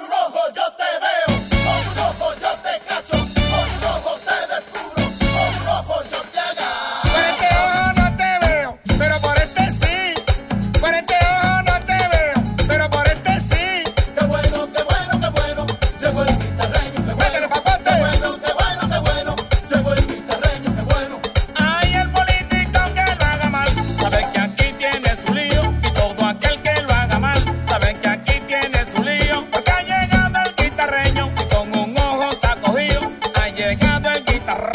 un ojo yo te veo, con un ojo yo te cacho, con un ojo te descubro, con un ojo yo te agarro. Por este ojo no te veo, pero por este sí. Por este ojo no te veo, pero por este sí. Qué bueno, qué bueno, qué bueno, llegó el guitarreño, qué bueno, Métele, papote. qué bueno, qué bueno, qué bueno, llegó el guitarreño, qué bueno. Ay, el político que lo haga mal, sabe que aquí tiene su lío. Y todo aquel que lo haga mal, sabe que aquí tiene su lío. Porque ha llegado el guitarreño y con un ojo está cogido. Ha llegado el guitarreño.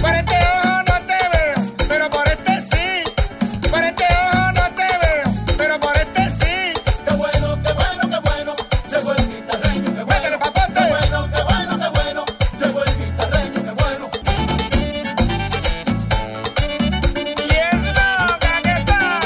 Por este ojo no te veo, pero por este sí. Por este ojo no te veo, pero por este sí. Qué bueno, qué bueno, qué bueno, llegó el guitarreño, qué bueno. Métele, papote. Qué bueno, qué bueno, qué bueno, llegó el guitarreño, qué bueno. Y es loca que está.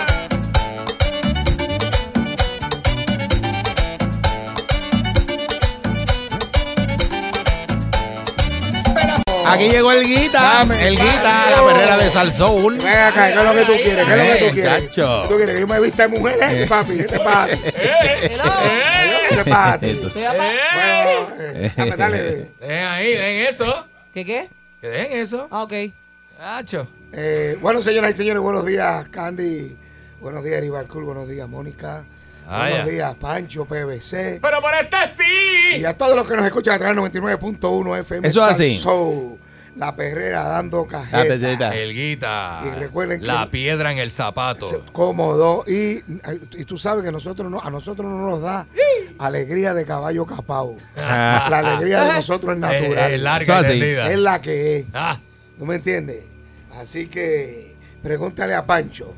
Aquí llegó el guita, el guita, la perrera de Salsoul. Ven acá, ¿qué es lo que tú quieres? ¿Qué es lo que tú Eh, quieres? chacho. ¿Tú quieres que yo me vista de mujer? eh, papi, este papi. Este papi. Bueno, eh, dame, dale. Dejen ahí, dejen eso. ¿Qué qué? Que dejen eso. Ah, ok. Hacho. Eh, bueno, señoras y señores, buenos días, Candy. Buenos días, Rivalcul. Buenos días, Mónica. Ah, buenos ya. días, Pancho, PBC. Pero por este Y sí. a todos los que nos escuchan a través del 99.1 FM. Eso es así. Salsoul, la perrera dando cajeta. La teteta. El guita. Y recuerden que- La piedra en el zapato. cómodo y, y tú sabes que nosotros no, a nosotros no nos da alegría de caballo capao. La alegría de Eh, nosotros es natural. Es, es Eso larga y así. tendida. Es la que es. Ah, ¿Tú me entiendes? Así que pregúntale a Pancho,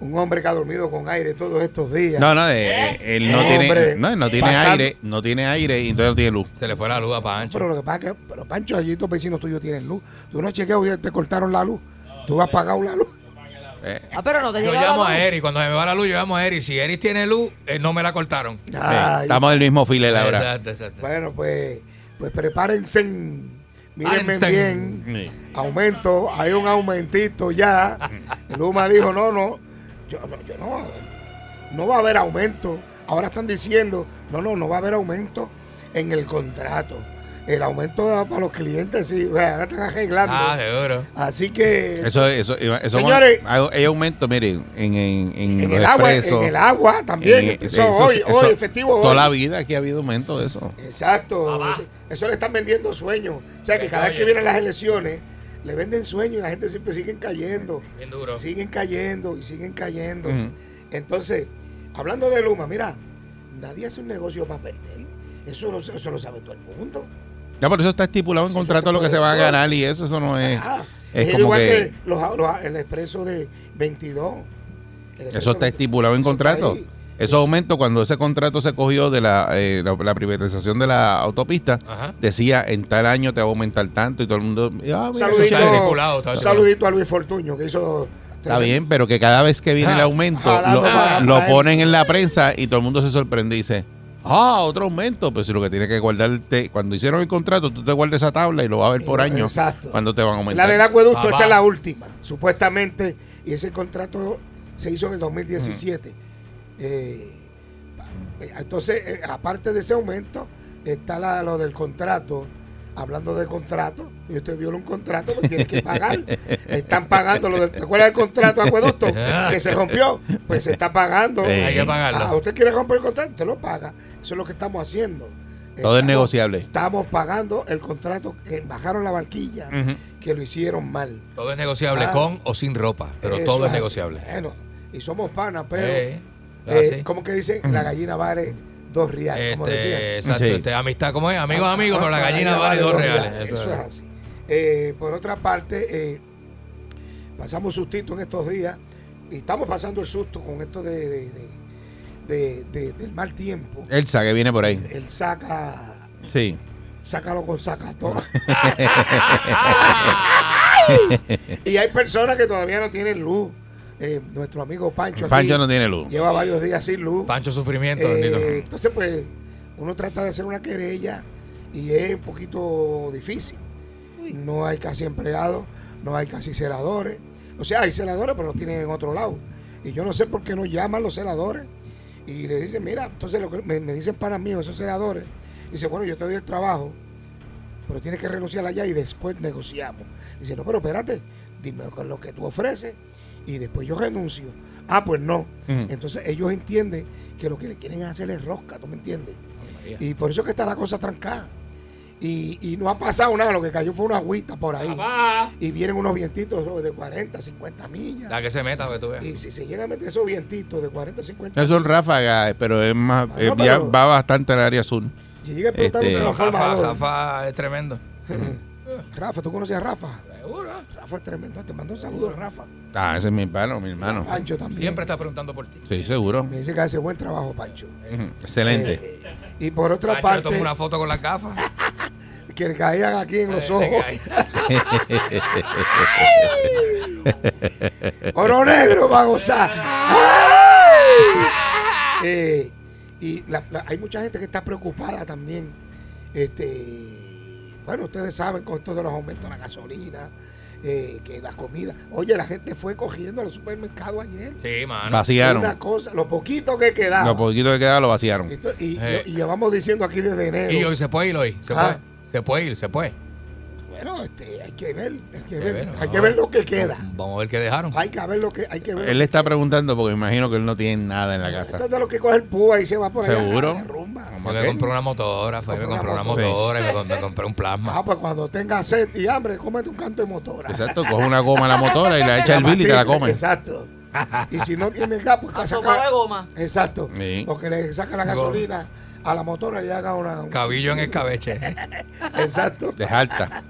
un hombre que ha dormido con aire todos estos días. No, no, eh, él no Eh, tiene, hombre, no, él no tiene pasando. aire, no tiene aire y entonces no tiene luz. se le fue la luz a Pancho. Pero lo que pasa es que, pero Pancho, allí tus vecinos tuyos tienen luz. Tú no chequeas, oye, te cortaron la luz. Tú has pagado la luz. Ah, pero no te Yo llegaba llamo la a luz. Eri. Cuando se me va la luz, yo llamo a Eri. Si Eri tiene luz, eh, no me la cortaron. Eh, Ay, estamos del mismo file, Laura. Exacto, exacto. Bueno, pues, pues prepárense. Mírenme Párense. bien. aumento, hay un aumentito ya. Luma dijo, no, no, yo, no, yo no, no va a haber aumento. Ahora están diciendo, no, no, no va a haber aumento en el contrato. El aumento da para los clientes, sí, vea, ahora están arreglando. Ah, seguro. Así que Eso, eso, eso. Señores. hay, hay aumento, miren, en, en, en, en los el agua, expresos, en el agua también. en- eso, eso- hoy, eso- hoy, efectivo hoy. Toda la vida aquí ha habido aumento de eso. Exacto. Papá. Eso le están vendiendo sueños. O sea que Ah, Venga, cada vez que oye. vienen las elecciones, le venden sueños y la gente siempre sigue cayendo. Bien duro. siguen cayendo y siguen cayendo. Ujú. Entonces, hablando de Luma, mira, nadie hace un negocio para perder. Eso lo, eso lo sabe todo el mundo. Ya por eso está estipulado en Eso contrato te lo que puede se va a ser. ganar y eso, eso no es. Ah, es es como igual que- que, los- los- el expreso de 22. El Eso expreso está de- estipulado en eso está contrato. ahí. Eso aumento cuando ese contrato se cogió de la, eh, la, la privatización de la autopista, Ajá. decía en tal año te va a aumentar tanto y todo el mundo. y, ah, mira, eso es Saludito, está chévere. estipulado, está un estipulado. saludito a Luis Fortuño que hizo. Está bien, pero que cada vez que viene el Ah, aumento jalando lo, para- lo para él. ponen en la prensa y todo el mundo se sorprende y dice, ah, otro aumento. Pues si lo que tienes que guardarte, cuando hicieron el contrato, tú te guardas esa tabla y lo vas a ver por año Eh, Exacto. cuando te van a aumentar. La del acueducto, Papá. esta es la última, supuestamente, y ese contrato se hizo en el 2017. Eh, entonces, eh, aparte de ese aumento, está la, lo del contrato. Hablando de contrato, y usted viola un contrato, pues tiene que pagar. Están pagando lo del. ¿Te acuerdas del contrato de acueducto que se rompió? Pues se está pagando. Eh, Hay que Ah, pagarlo. usted quiere romper el contrato, usted lo paga. Eso es lo que estamos haciendo. Todo es Estamos- negociable. Estamos pagando el contrato que bajaron la barquilla, Ujú. que lo hicieron mal. Todo es negociable Ah. con o sin ropa. Pero Eso todo es así. negociable. Bueno, y somos panas, pero Eh, eh, así. como que dicen, la gallina vale dos reales, como Este, decían. exacto, Sí. este, amistad, ¿cómo es? Amigos, amigos, Ah, pero la gallina vale dos reales. Eso, Eso es es. así. Eh, por otra parte, eh, pasamos sustito en estos días y estamos pasando el susto con esto de, de- de- de- de- del mal tiempo. Eh. Elsa, que viene por ahí. El saca, Sí. sácalo con sacatón. y hay personas que todavía no tienen luz. Eh, nuestro amigo Pancho, aquí Pancho no tiene luz. lleva varios días sin luz. Pancho Sufrimiento, Eh, bendito. entonces, pues, uno trata de hacer una querella y es un poquito difícil. No hay casi empleados, no hay casi celadores, O sea, hay celadores, pero los tienen en otro lado. Y yo no sé por qué no llaman los celadores y le dicen, mira, entonces lo que me, me dicen para mí, esos celadores, dice, bueno, yo te doy el trabajo, pero tienes que renunciar allá y después negociamos. Dice, no, pero espérate, dime con lo que tú ofreces y después yo renuncio. Ah, pues no. Entonces ellos entienden que lo que le quieren hacer es rosca, ¿tú me entiendes? Y por eso es que está la cosa trancada. Y, y no ha pasado nada, lo que cayó fue una agüita por ahí. Y vienen unos vientitos de 40, 50 millas. La que se meta, que tú veas. Y si se llegan a meter esos vientitos de 40, 50 Esas son ráfagas, pero es más, Ah, no, eh, ya pero- va bastante al área azul. Y llega a explotar Este, uno de los Rafa, formadores. Rafa es tremendo. Rafa, ¿tú conoces a Rafa? Rafa es tremendo. Te mando un saludo, Rafa. Ah, ese es mi hermano, mi hermano. Pancho también. Siempre está preguntando por ti. Sí, seguro. Me dice que hace buen trabajo, Pancho. Ujú, Excelente. Eh, y por otra Nacho le tomó parte, una Eh, foto con las gafas. que caían aquí en los ojos. Oro negro va a gozar. Eh, y la- la- hay mucha gente que está preocupada también. Este, bueno, ustedes saben con todos los aumentos de la gasolina, eh, que las comidas. Oye, la gente fue cogiendo al supermercado ayer. Sí, mano. Una Vaciaron. cosa, lo poquito que quedaba. Lo poquito que quedaba lo vaciaron. Esto- y, Eh. y llevamos diciendo aquí desde enero. Y hoy se puede ir hoy. Se Ah. puede. Se puede ir, se puede. bueno, este, hay que ver, hay que Qué ver, bueno, hay ¿no? que ver lo que queda. Vamos a ver qué dejaron. Hay que ver lo que hay que ver. Él le está preguntando porque me imagino que él no tiene nada en la Esto casa. es de lo que coge el púa y se va por allá. Seguro. ah, de rumba. Vamos. Porque Ok. compré una motora, fue, me compré una motora, y me, com- me compré un Ah, plasma. pues cuando tengas sed y hambre, cómete un canto de motora. Exacto, coge una goma a la motora y la echa al La bill y te la come. Exacto. Y si no tiene gas, pues Asopado de goma. Exacto. Sí. Porque le saca la gasolina a la motora y haga una. un- Cabillo en escabeche. Exacto. Es alta.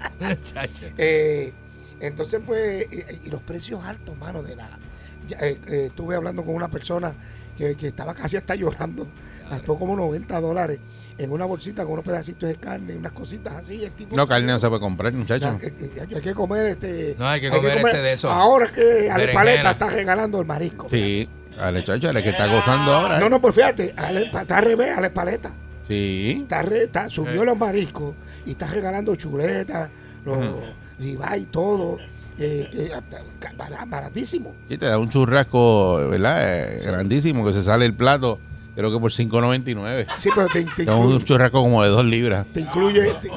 Chacho. Eh, entonces, pues, y, y los precios altos, mano, de la... ya, eh, eh, estuve hablando con una persona que, que estaba casi hasta llorando, gastó como 90 dólares en una bolsita con unos pedacitos de carne, unas cositas así. El tipo, No, carne no se puede comprar, muchacho. Ya, eh, ya, hay que comer este... No, hay que comer este de eso. Ahora es que Ale Berenjena. Paleta está regalando el marisco. Sí, a la chacha, la que está gozando ahora. No, no, pues fíjate, Ale, pa- está al revés, Ale Paleta. Sí. Está re- está- Eh. subió los mariscos y está regalando chuletas, los ribeye, todo. eh, que hasta- ca- bara- baratísimo. Y te da un churrasco, ¿verdad? Eh, Grandísimo, que se sale el plato, creo que por 5.99. Sí, pero te, te Que Es un incluye, churrasco como de dos libras. te incluye, te,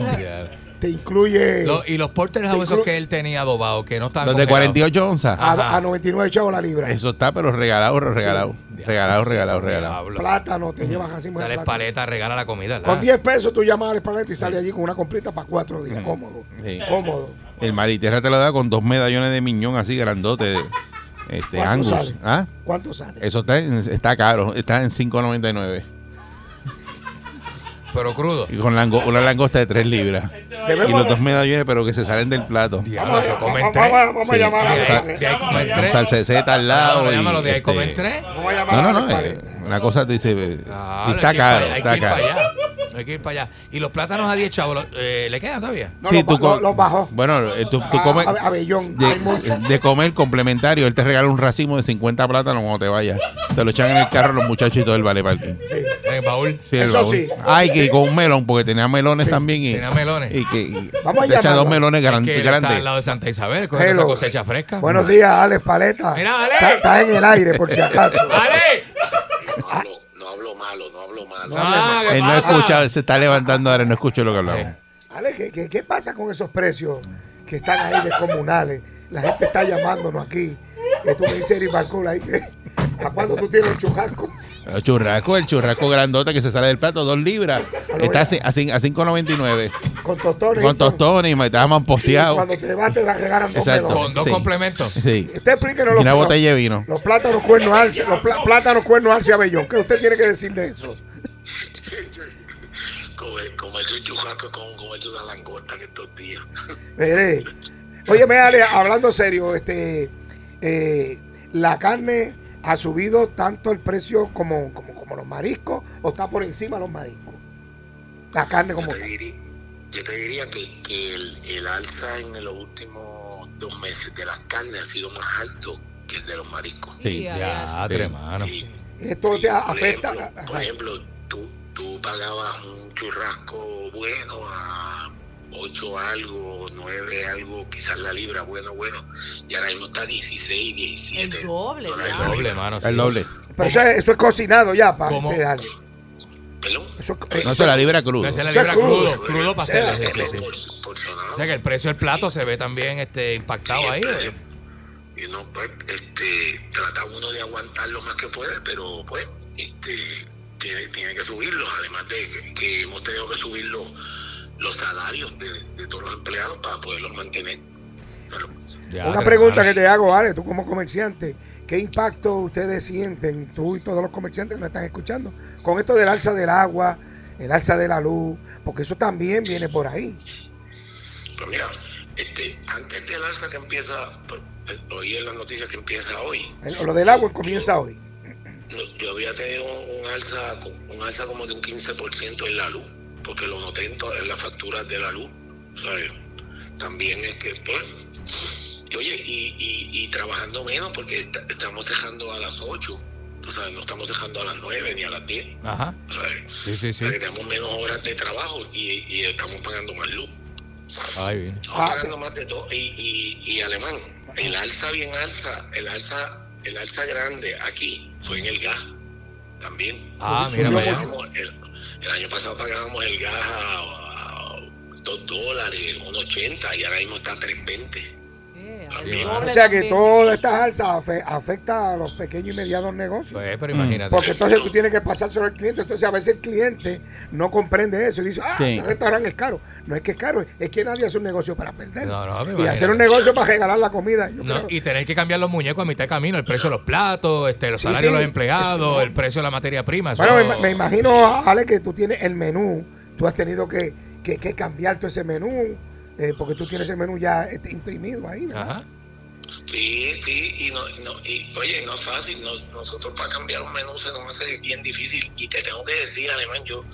te incluye Ah, Lo- y los porters Inclu- esos que él tenía adobados, que no estaban Los de congelados. 48 onzas. Ah. a, a 99 chavos la libra. Eso está, pero regalado, regalado. Regalado, regalado, regalado. Diablo. Plátano, te llevas así. más Sale plátano. paleta, regala la comida. ¿verdad? Con 10 pesos tú llamas al espaleta y sales allí con una comprita para cuatro días. Cómodo. Sí. Cómodo. El Mariterra te lo da con dos medallones de miñón así grandote de este, ¿Cuánto Angus. sale? ¿Ah? ¿Cuánto sale? Eso está, en- está caro, está en 5.99. Pero crudo. Y con lango- una langosta de 3 libras. Debemos- Y los dos medallones, pero que se salen del plato. Diablo, eso comen vamos, tres. vamos- vamos a Sí, llamar a o sea, Ale- De ahí comen Con tres. salseceta al lado. Llámalo, y, llámalo, de ahí comen este, tres. vamos a llamar No, a no, Ale no. eh, Paleta. una cosa te dice. eh, Claro, y hay está que ir para caro, allá, está Hay que ir caro. para allá. Hay que ir para allá. Y los plátanos a 10 chavos, ¿lo- eh, ¿le quedan todavía? No, Sí, los, tú ba- co- los- los bajó. Bueno, eh, tú, tú A- comes. a- abellón, hay mucho. de, de comer complementario, él te regala un racimo de 50 plátanos cuando te vayas. Te lo echan en el carro los muchachos y todo el vale parking. En el baúl. Sí, el Eso baúl. sí. Ay, que con un melón, porque tenía melones también. Y, Tenía melones. Y que y Vamos a te echa llamarlo. dos melones Es garan- que él está al grandes. lado de Santa Isabel, con esa Hello. cosecha fresca. Buenos días, Alex Paleta. Mira, Ale. Está- Estás en el aire, por si acaso. ¡Ale! No hablo, no hablo malo, no hablo malo. Ah, ¿qué Él Eh, no pasa? escucha, él se está levantando ahora, no escucha lo que hablamos. Ale, ¿qué, qué, qué pasa con esos precios que están ahí descomunales? La gente está llamándonos aquí. Que tú me dices, Eric Balcola, ahí que, ¿a cuándo tú tienes un chujasco? El churrasco, el churrasco grandote que se sale del plato, dos libras. Está a cin- a, cin- a 5.99. Con tostones. Con y todo. tostones y me estaban Y posteados. Cuando te vas, te la regalan dos Exacto. melones. Con dos Sí. complementos. Sí. Usted explíquenos Y los, una los- botella de vino. los plátanos cuernos alce, los pla- plátanos cuernos alce abellón. ¿Qué usted tiene que decir de eso? Come- Comerse un churrasco con comerse una langosta en estos días. Mire. Óyeme, Ale, hablando serio, este, eh, la carne ha subido tanto el precio como, como, como los mariscos o está por encima de los mariscos. La carne como Yo te diría, yo te diría que, que el, el alza en los últimos dos meses de las carnes ha sido más alto que el de los mariscos. Sí, Ya, Sí. tres hermano. Y- esto te por afecta. Ejemplo, por ejemplo, tú, tú pagabas un churrasco bueno a 8 algo, 9 algo, quizás la libra, bueno, bueno. Y ahora mismo está 16, 17. El doble, dólares ya. la libra. Doble, mano. sí. El doble. Pero eso, es- eso es cocinado ya, para ¿Cómo? ¿Perdón? Eso es- eh, No se la libra No, crudo. esa es la Eso es libra crudo. crudo, crudo para hacerla. Sí, sí, sí. Por- porcionado. O sea que el precio del plato se ve también este, impactado ahí. eh. Y no, pues, este, trata uno de aguantar lo más que puede, pero pues, este, tiene, tiene que subirlos, además de que, que hemos tenido que subir los, los salarios de, de todos los empleados para poderlos mantener. Pero, Ya, eh, Una pero, pregunta que mano, te hago, Ale, tú como comerciante, ¿qué impacto ustedes sienten, tú y todos los comerciantes que nos están escuchando, con esto del alza del agua, el alza de la luz? Porque eso también viene por ahí. Pero mira, este, antes del alza que empieza, pues, eh, hoy es la noticia que empieza hoy, El- Eh, lo del agua comienza hoy. no- yo había tenido un alza, co- un alza como de un 15% en la luz, porque lo noté en, to- en las facturas de la luz, ¿sabes? También es que, pues, y oye, y, y- y trabajando menos porque est- estamos dejando a las 8, tú sabes, no estamos dejando a las 9 ni a las 10, Ajá. ¿sabes? Sí, sí, sí. Porque tenemos menos horas de trabajo y, y estamos pagando más luz. Ay, bien. Estamos Ah, pagando más de todo. Y, y, y alemán, el Ah. alza bien alta, el alza, el alza grande aquí fue en el gas también. Ah, Nosotros mira, vaya. pagábamos el, el año pasado pagábamos el gas a, 2 dólares, 1.80 y ahora mismo está a 3.20. Eh, al Sí, doble O sea que también. todas estas alzas afe- afectan a los pequeños y medianos negocios. Pues, pero imagínate. Porque entonces tú tienes que pasar sobre el cliente. Entonces a veces el cliente no comprende eso y dice, ah, Sí. este restaurante es caro. No es que es caro, es que nadie hace un negocio para perder. No, no, me y hacer imagino. un negocio para regalar la comida. Yo No, creo- y tener que cambiar los muñecos a mitad de camino, el precio de los platos, este, los Sí, salarios sí. de los empleados, el precio de la materia prima. eso- Bueno, me, me imagino, Ale, que tú tienes el menú, tú has tenido que, que, que cambiar todo ese menú, eh, porque tú tienes ese menú ya este, imprimido ahí, ¿verdad? Ajá. Sí, sí, y, no, no, y oye, no es fácil, no- nosotros para cambiar un menú se nos hace bien difícil y te tengo que decir, alemán, yo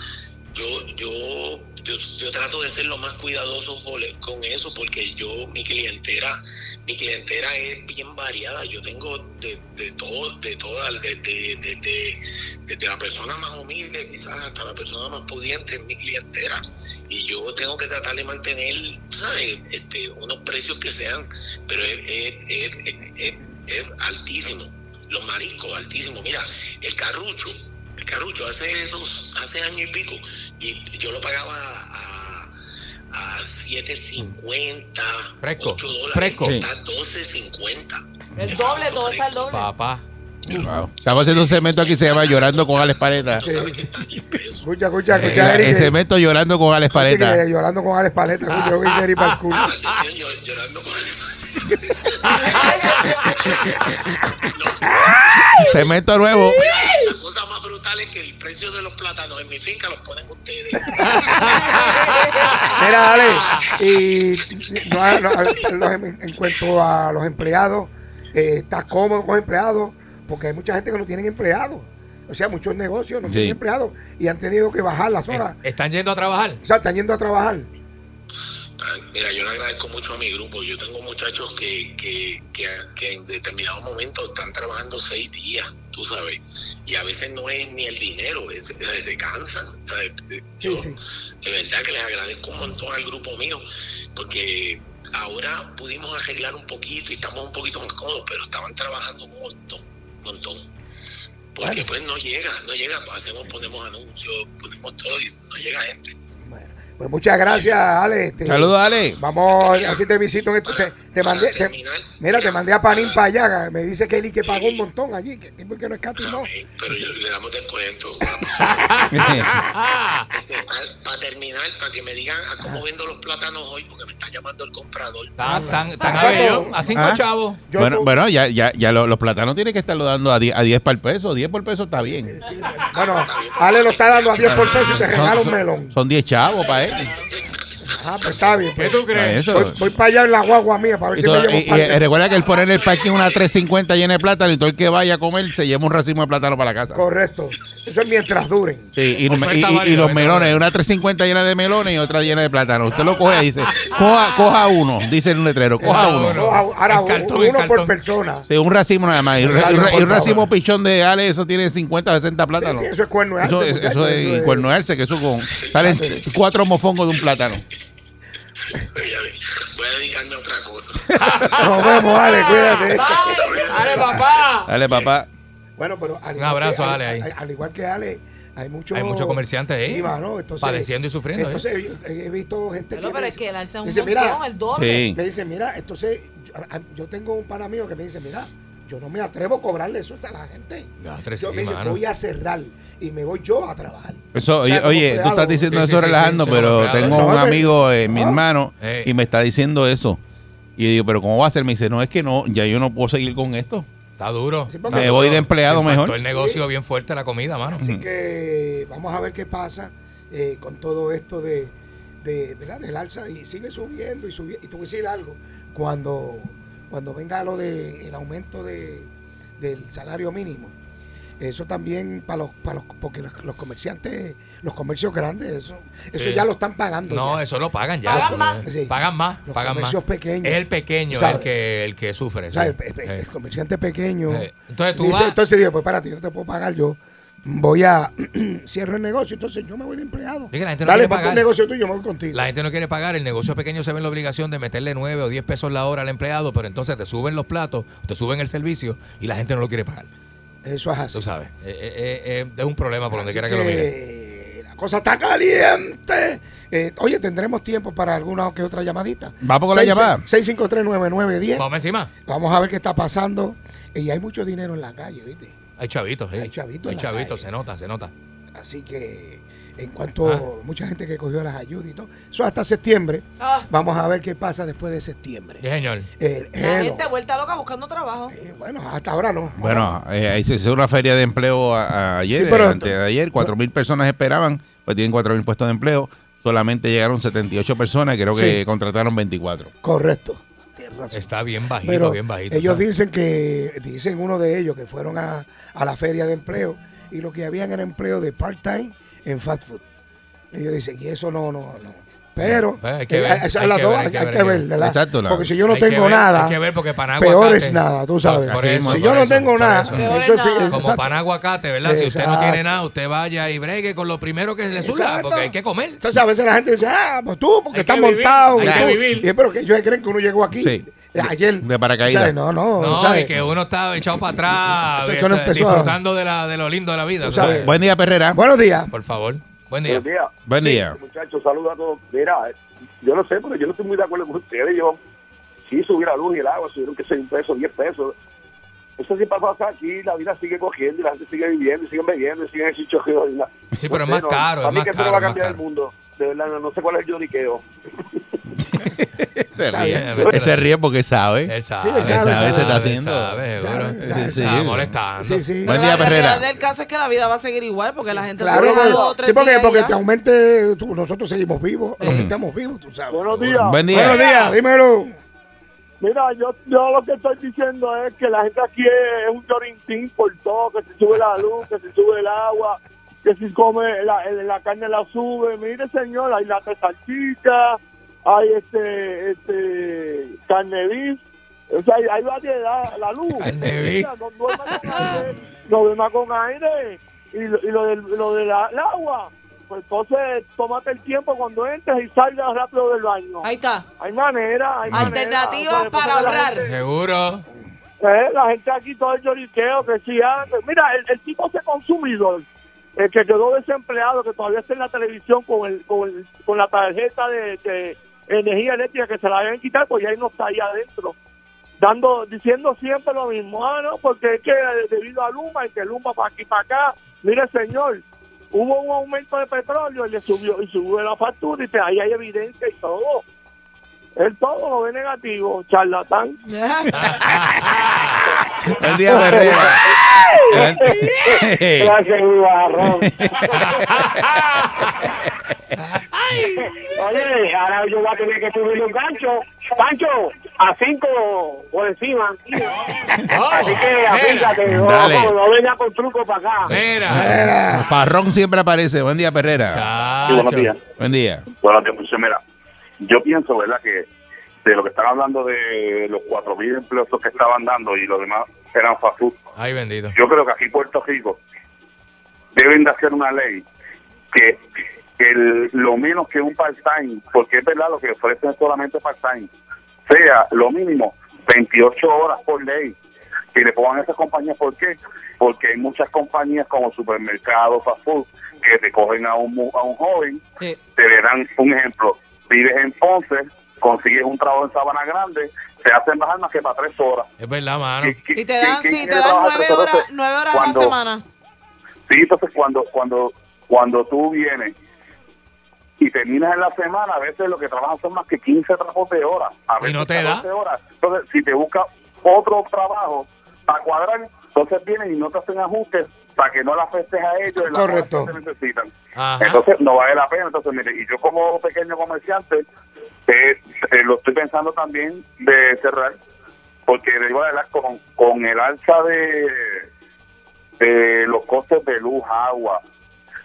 yo, yo, yo, yo trato de ser lo más cuidadoso con le- con eso porque yo, mi clientela, mi clientela es bien variada. Yo tengo de, de todo, de todas, desde, desde- desde la persona más humilde quizás hasta la persona más pudiente es mi clientela. Y yo tengo que tratar de mantener, ¿sabes? Este, unos precios que sean, pero es, es- es- es- es- es altísimo. Los mariscos, altísimo. Mira, el carrucho, el carrucho hace dos, hace año y pico, y yo lo pagaba a, a 7.50, Fresco, 8 dólares. fresco. Está 12.50. El doble, todo está el doble. Papá. Wow. Estamos haciendo un cemento aquí, se llama Llorando con Alex Paleta. Escucha, escucha, Eh, escucha, el Eric, que- cemento Llorando con Alex que- Paleta. que llorando con Alex Paleta, escucha, yo que hice Eric para el culo. Estoy llor- llorando con Cemento nuevo. La cosa más brutal es que el precio de los plátanos en mi finca los ponen ustedes. Mira, Ale, y no- no, los em- en cuanto a los empleados, eh, ¿estás cómodo con los empleados? Porque hay mucha gente que no tienen empleados. O sea, muchos negocios no Sí. tienen empleados y han tenido que bajar las horas. Eh, ¿Están yendo a trabajar? O sea, están yendo a trabajar. Ah, Mira, yo le agradezco mucho a mi grupo. Yo tengo muchachos que, que, que, que en determinados momentos están trabajando seis días, tú sabes. Y a veces no es ni el dinero, es- es- se cansan. ¿sabes? Yo, sí. De verdad que les agradezco un montón al grupo mío, porque ahora pudimos arreglar un poquito y estamos un poquito más cómodos, pero estaban trabajando un montón, un montón. Porque pues no llega, no llega, hacemos, ponemos anuncios, ponemos todo y no llega gente. Pues muchas gracias, Ale. este, Saludos, Alex. Vamos, así te visito. en esto, te, te Para mandé, te- terminar, mira, te mandé a Panín para para- allá. Me dice Kelly que pagó un montón allí, que tipo que no escatimó. Amén, Pero yo- le damos descuento. para, terminar, para que me digan a cómo vendo los plátanos hoy, porque me está llamando el comprador. Ah, Están, están, están a Bellón, a cinco Ah. chavos. Yo bueno, tú- bueno, ya, ya, ya lo- los plátanos tienen que estarlo dando a 10 a 10 por el peso. 10 por el peso está bien. Bueno, Ale lo está dando a 10 por peso y te regala un son- melón. Son 10 chavos para él. Ajá, pues está bien. pues. ¿Qué tú Para crees? eso. Voy, voy para allá en la guagua mía para ver Y, si me todo- llevo y- un par y- de- recuerda que el poner en el parking una 350 llena de plátano y todo el que vaya a comer se lleva un racimo de plátano para la casa. Correcto. Eso es mientras duren. Sí, y, Oferta y- y- y válida, los oferta melones, una 350 llena de melones y otra llena de plátano. Usted lo coge y dice, coja, coja uno, dice en un letrero, coja Exacto. uno. No, ahora En cartón, en uno por cartón. persona. Sí, un racimo nada más. Y, un- Exacto, y un- por y un favor. racimo pichón de Ale, eso tiene 50 o 60 plátanos. Sí, sí, eso es cuerno de alce, Eso, es- muchacho, eso eso es es- cuerno de alce, que eso con. Salen cuatro mofongos de un plátano. Voy a dedicarme a otra cosa. Nos vemos, Ale, cuídate. Bye. ¡Ale, Ah. papá! Dale, papá. Bueno, pero al Un igual abrazo que- a Ale ahí. Al, al igual que Ale, hay muchos Hay muchos comerciantes ahí, Sí, mano, entonces- padeciendo y sufriendo, ¿eh? Entonces yo he, he visto gente Pero, que pero me es que el alza un dice, montón, mira, el doble. Sí. me dice, mira, entonces yo, a- yo tengo un pana mío que me dice, mira, yo no me atrevo a cobrarle eso a la gente. No, tres, yo sí, me dice, mano. voy a cerrar y me voy yo a trabajar. Eso, O sea, oye, como oye, tú empleado, estás diciendo Sí, eso sí, sí, relajando, sí, pero empleado. tengo No, un pero- amigo, eh, mi Ah. hermano, Eh. y me está diciendo eso. Y yo digo, pero ¿cómo va a ser? Me dice, no, es que no, ya yo no puedo seguir con esto. Está duro. Sí, Está porque- Me duro. voy de empleado Impactó mejor. el negocio bien fuerte la comida, mano. Así que vamos a ver qué pasa eh, con todo esto de, de, ¿verdad? del alza y sigue subiendo y subiendo. Y te voy a decir algo, cuando, cuando venga lo del aumento de, del salario mínimo, eso también para los, para los porque los, los comerciantes, los comercios grandes, eso, eso Sí. ya lo están pagando. No, ya. eso lo pagan ya. Pagan Lo- más. Sí. Pagan más. Los pagan más. comercios pequeños. Es el pequeño ¿Sabes? el que, el que sufre. O sea, sí. el, el- el Sí. comerciante pequeño. Eh, entonces tú dice, vas- entonces digo, pues párate, yo no te puedo pagar yo. Voy a cierro el negocio, entonces yo me voy de empleado. Es que la gente no Dale, quiere para tu pagar. negocio tú, yo me voy contigo. La gente no quiere pagar, el negocio pequeño se ve en la obligación de meterle 9 o 10 pesos la hora al empleado, pero entonces te suben los platos, te suben el servicio y la gente no lo quiere pagar. Eso es así. Tú sabes, eh, eh, eh, es un problema por donde Así quiera que, lo mire. La cosa está caliente. Eh, oye, tendremos tiempo para alguna que otra llamadita. Vamos con la Seis- llamada. 653-9910. Vamos encima. Vamos a ver qué está pasando. Y hay mucho dinero en la calle, ¿viste? Hay chavitos, sí. Hay chavitos en Hay la chavitos, calle. se nota, se nota. Así que en cuanto Ah. mucha gente que cogió las ayudas y todo, eso hasta septiembre. Ah, Vamos a ver qué pasa después de septiembre. Sí, señor. El- la hello. gente vuelta loca buscando trabajo. Eh, bueno, hasta ahora no. Bueno, eh, ahí se hizo una feria de empleo a- a ayer, eh, Sí, pero- antes de ayer, 4.000 personas esperaban, pues tienen 4.000 puestos de empleo, solamente llegaron 78 personas, creo que Sí. contrataron 24. Correcto. Tienes razón. Está bien bajito, Pero bien bajito. ellos ¿sabes? dicen que, dicen uno de ellos que fueron a, a la feria de empleo y lo que habían era empleo de part-time en fast food. Ellos dicen, y eso no, no, no. Pero Pues hay que eh, ver, esa hay es la que dos, ver, hay que ver, ¿verdad? Exacto, la- Porque si yo no Hay que tengo ver, nada, hay que ver porque Panagua peor Aguacate- es nada, tú sabes. Por Así eso, si mismo, yo por no eso, tengo por nada, eso. Peor eso es fi- nada. Como exacto. pan aguacate, ¿verdad? Si usted no Exacto. tiene nada, usted vaya y bregue con lo primero que le surja, Exacto. porque hay que comer. Entonces a veces la gente dice, ah, pues tú, porque Hay que estás vivir, montado. hay y que tú. vivir. Y es, pero que ellos creen que uno llegó aquí Sí. eh, ayer. de paracaídas. O sea, No, no, No, ¿sabes? y que uno está echado para atrás, Eso- eso no está empezó a- disfrutando de, la, de lo lindo de la vida. Tú tú sabes. sabes. Buen día, Perrera. Buenos días. Por favor. Buen día. Buenos días. Buen día. Muchachos, saludos a todos. Mira, yo no sé, pero yo no estoy muy de acuerdo con ustedes. Yo sí subí la luz y el agua, subieron que seis pesos, 10 pesos. Eso sí pasa aquí, la vida sigue cogiendo y la gente sigue viviendo y siguen bebiendo y siguen chichojos. Sí, pero es más caro, A es mí más que eso no caro. va a es más cambiar el caro. mundo. De verdad, no, no sé cuál es el lloriqueo. Se ríe. bien, Eh, vete. Él se ríe porque sabe. Él sabe, él sabe, sabe, se se está está haciendo. Sabe, seguro. Sabe, sabe, Sí, Está sí. molestando. Sí, sí. Ah, Buen Pero día, la realidad Perrera. del caso es que la vida va a seguir igual porque la gente Claro, se porque- deja dos o tres sí, porque, días porque ya. te aumente, tú- nosotros seguimos vivos, los que estamos vivos, tú sabes. Buenos días. Buen día. Buenos días, dímelo. Mira, yo, yo lo que estoy diciendo es que la gente aquí es, es un llorintín por todo, que se sube la luz, que se sube el agua, que si come la, el- la carne la sube. Mire, señor, hay la salchicha, hay este, este, carne beef. O sea, hay, hay variedad, la luz. Carne beef. Mira, No duerma con aire, no duerma con aire. Y lo, y lo del, lo del a- el agua, pues entonces tómate el tiempo cuando entres y salgas rápido del baño. Ahí está. Hay manera, hay Alternativas manera. para Entonces, ahorrar. La gente, Seguro. eh, la gente aquí todo el lloriqueo que sí antes. Mira, el, el tipo ese consumidor, el que quedó desempleado, que todavía está en la televisión con el, con, el- con la tarjeta de, de energía eléctrica que se la deben quitar, pues ya ahí no está ahí adentro. Dando, diciendo siempre lo mismo, ah, no, porque es que debido a Luma y que Luma para aquí para acá, mire señor, hubo un aumento de petróleo y le subió y subió la factura y te- ahí hay evidencia y todo. Él todo lo ve negativo, charlatán. Ah. Buen día, Perrera. Buen- Gracias, Ibarrón. Oye, ahora yo voy a tener que subirle un gancho. Pancho, a cinco por encima. Así que mira. apícate, no, Dale. no, no venga con truco para acá. Mira. Parrón siempre aparece. Buen día, Perrera. Sí, buenos Chacho. días. Buen día. Buenos días, muchachos. Mira, yo pienso, ¿verdad?, que de lo que están hablando de los 4.000 empleos que estaban dando y los demás eran fast food, Ay, bendito. yo creo que aquí en Puerto Rico deben de hacer una ley que el- lo menos que un part-time, porque es verdad lo que ofrecen es solamente part-time, sea lo mínimo 28 horas por ley que le pongan a esas compañías. ¿Por qué? Porque hay muchas compañías como supermercados, fast food, que te cogen a un, mu- a un joven Sí. te le dan un ejemplo. Vives en Ponce, consigues un trabajo en Sabana Grande, te hacen bajar más que para tres horas. Es verdad, mano. ¿Qui- Y te quién- dan, quién sí, te quiere dan trabajar nueve tres horas, nueve horas a la cuando- semana. Sí, entonces cuando, cuando, cuando tú vienes y terminas en la semana, a veces lo que trabajas son más que 15 trabajos de horas. A Y veces no te da. 14 horas. Entonces, si te buscas otro trabajo para cuadrar, entonces vienen y no te hacen ajustes para que no la afectes a ellos en las horas Correcto. que te necesitan. Ajá. Entonces no vale la pena. Entonces, mire, y yo como pequeño comerciante, eh, eh, lo estoy pensando también de cerrar, porque le digo la verdad, con, con el alza de, de los costes de luz, agua,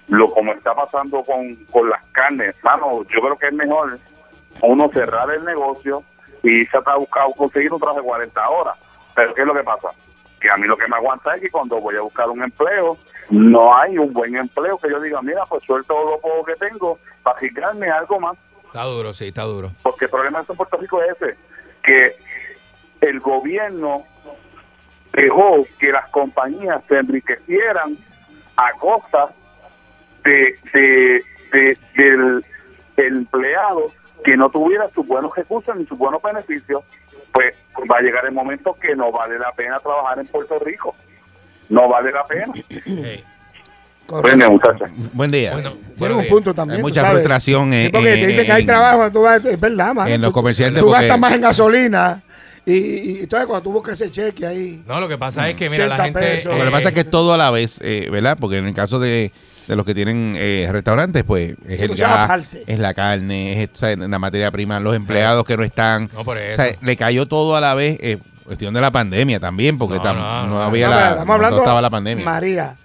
lo como está pasando con, con las carnes, mano, yo creo que es mejor uno cerrar el negocio y se ha buscado conseguir un trabajo de 40 horas. Pero ¿qué es lo que pasa? Que a mí lo que me aguanta es que cuando voy a buscar un empleo, no hay un buen empleo que yo diga, mira, pues suelto lo poco que tengo para fijarme algo más. Está duro, sí, está duro. Porque el problema de eso en Puerto Rico es ese, que el gobierno dejó que las compañías se enriquecieran a costa de, de- de- del empleado que no tuviera sus buenos recursos ni sus buenos beneficios, pues va a llegar el momento que no vale la pena trabajar en Puerto Rico. No vale la pena. Prende, Correcto. muchachos. Buen día. Bueno, Tiene buenos un días. punto también. Hay tú mucha sabes. frustración, Sí, eh, porque te eh, dicen que hay en- trabajo, tú vas- es verdad, mano. en los Tú- comerciantes, Tú porque- gastas más en gasolina y, y- y entonces cuando tú buscas ese cheque ahí. No, lo que pasa es que, mira, la 80 gente. eh, pesos. Lo que pasa es que es todo a la vez, eh, ¿verdad? Porque en el caso de, de los que tienen eh, restaurantes, pues es Sí, el tú sabes, gas, aparte. es la carne, es o sea, la materia prima, los empleados que no están. No, por O sea, eso. le cayó todo a la vez, eh, cuestión de la pandemia también, porque No, tam- no, no, no. había No, la, pero estamos hablando. no estaba la pandemia. María.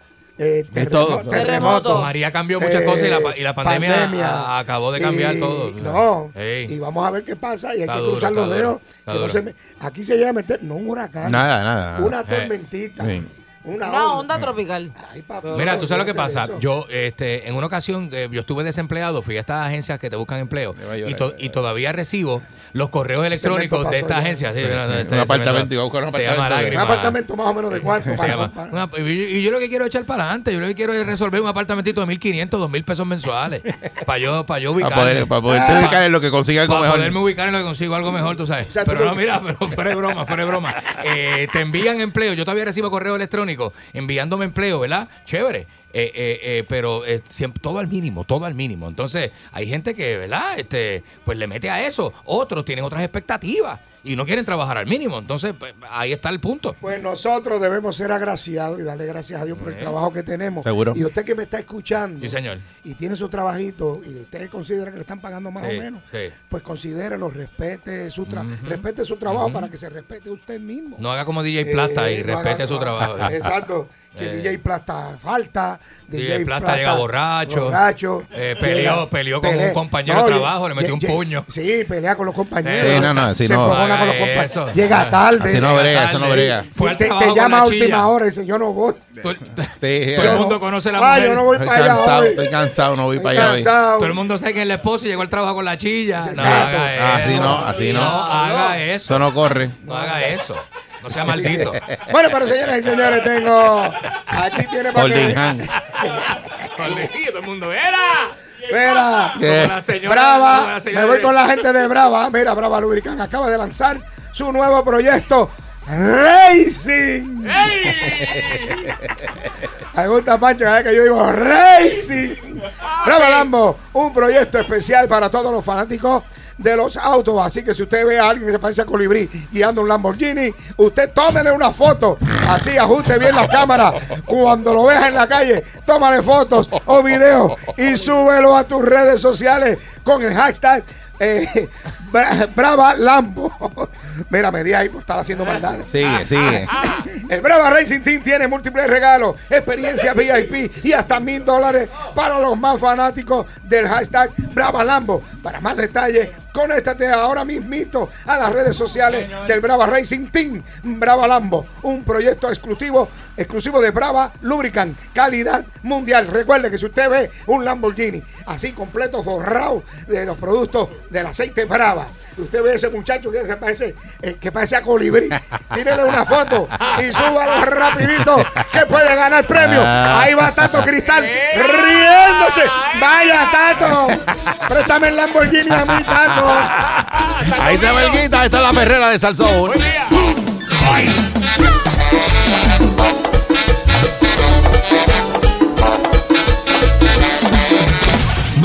eh, De terremo- todo. terremoto, Terremoto. María cambió muchas eh, cosas y la, pa- y la pandemia, pandemia, a- acabó de cambiar y- todo. No, Sí. y vamos a ver qué pasa. Y hay Está que duro, cruzar está los duro, dedos. está que no duro. se me- aquí se llega a meter, no un huracán. Nada, nada. Una Eh. tormentita. Sí. Una Una onda. onda tropical. Ay, papá, Mira, tú sabes lo que olvídate de pasa. eso. Yo, este, en una ocasión, eh, yo estuve desempleado, fui a estas agencias que te buscan empleo Me va a llorar, y, to- me va a y todavía recibo los correos electrónicos pasó de estas ya. agencias. Sí, no, no, este Un se apartamento, me- iba a buscar un se llama apartamento. un Lágrima. apartamento más o menos de cuánto. Se para- llama. para- Una- y, y yo lo que quiero es echar para adelante. Yo lo que quiero es resolver un apartamentito de 1.500, 2.000 pesos mensuales. para yo, para Para yo ubicarme. poder, para poder Pa- dedicar en lo que consiga algo Ah. para mejor. poderme ubicar en lo que consigo algo mejor, tú sabes. sea, tú pero no, sabes- mira, pero fuera de broma, fuera de broma. Eh, te envían empleo. Yo todavía recibo correo electrónico enviándome empleo, ¿verdad? Chévere. Eh, eh, eh, pero eh, siempre, todo al mínimo, todo al mínimo. Entonces, hay gente que, ¿verdad? Este, pues le mete a eso. Otros tienen otras expectativas y no quieren trabajar al mínimo. Entonces, pues, ahí está el punto. Pues nosotros debemos ser agraciados y darle gracias a Dios por el trabajo que tenemos. Seguro. Y usted que me está escuchando Sí, señor. y tiene su trabajito y usted considera que le están pagando más Sí, o menos, sí. pues considérelo, respete su, tra- respete su trabajo para que se respete usted mismo. No haga como DJ Plata y Eh, no respete haga- su trabajo. Exacto. Que Eh. DJ Plata falta. DJ Plata llega borracho. borracho, Eh, peleó- llega- peleó con un compañero de ye- trabajo, le metió un ye- puño. Sí, pelea con los compañeros. Sí, no, no, así se no. enfogona con los Haga compa- eh, eso. Llega tarde. Así no brega, eso no Tarde. brega. Fue al te, trabajo te con llama la a chilla. última hora y dice, yo no voy. Tú- Sí, Todo el no, mundo conoce a la Ah, mujer. yo no voy estoy para allá cansado, hoy. estoy cansado, no voy Estoy para allá hoy. cansado. Todo el mundo sabe que el esposo llegó al trabajo con la chilla. No Exacto. Ah, haga eso. Así no, así no. haga eso. Eso no corre. No haga eso. No sea maldito. Bueno, pero señoras y señores, tengo. Aquí tiene para Holding que. hand. Maldito, todo el mundo. ¡Era! Espera. ¿Qué? Como la señora- como Brava. la señora Me voy de- con la gente de Brava. Mira, Brava Lubricán acaba de lanzar su nuevo proyecto. Racing. Me gusta Pancho, cada vez que yo digo Racing. Brava Lambo, un proyecto especial para todos los fanáticos de los autos. Así que si usted ve a alguien que se parece a Colibrí guiando un Lamborghini, usted tómele una foto. Así ajuste bien la cámara. Cuando lo veas en la calle, tómale fotos o videos y súbelo a tus redes sociales con el hashtag. eh, Bra- Brava Lambo. Mira, me di ahí por estar haciendo maldades. Sigue, sigue. El Brava Racing Team tiene múltiples regalos, experiencias VIP y hasta mil dólares para los más fanáticos del hashtag Brava Lambo. Para más detalles, Conéctate ahora mismito a las redes sociales del Brava Racing Team. Brava Lambo, un proyecto exclusivo, exclusivo de Brava Lubricant, calidad mundial. Recuerde que si usted ve un Lamborghini así completo, forrado de los productos del aceite Brava, usted ve ese muchacho que que parece, eh, que parece a colibrí, tírele una foto y súbalo rapidito que puede ganar premio. Ahí va Tato Cristal riéndose. Vaya Tato, préstame el Lamborghini a mí Tato. Ahí está Belguita, esta es la perrera de Salsón. Salsoul.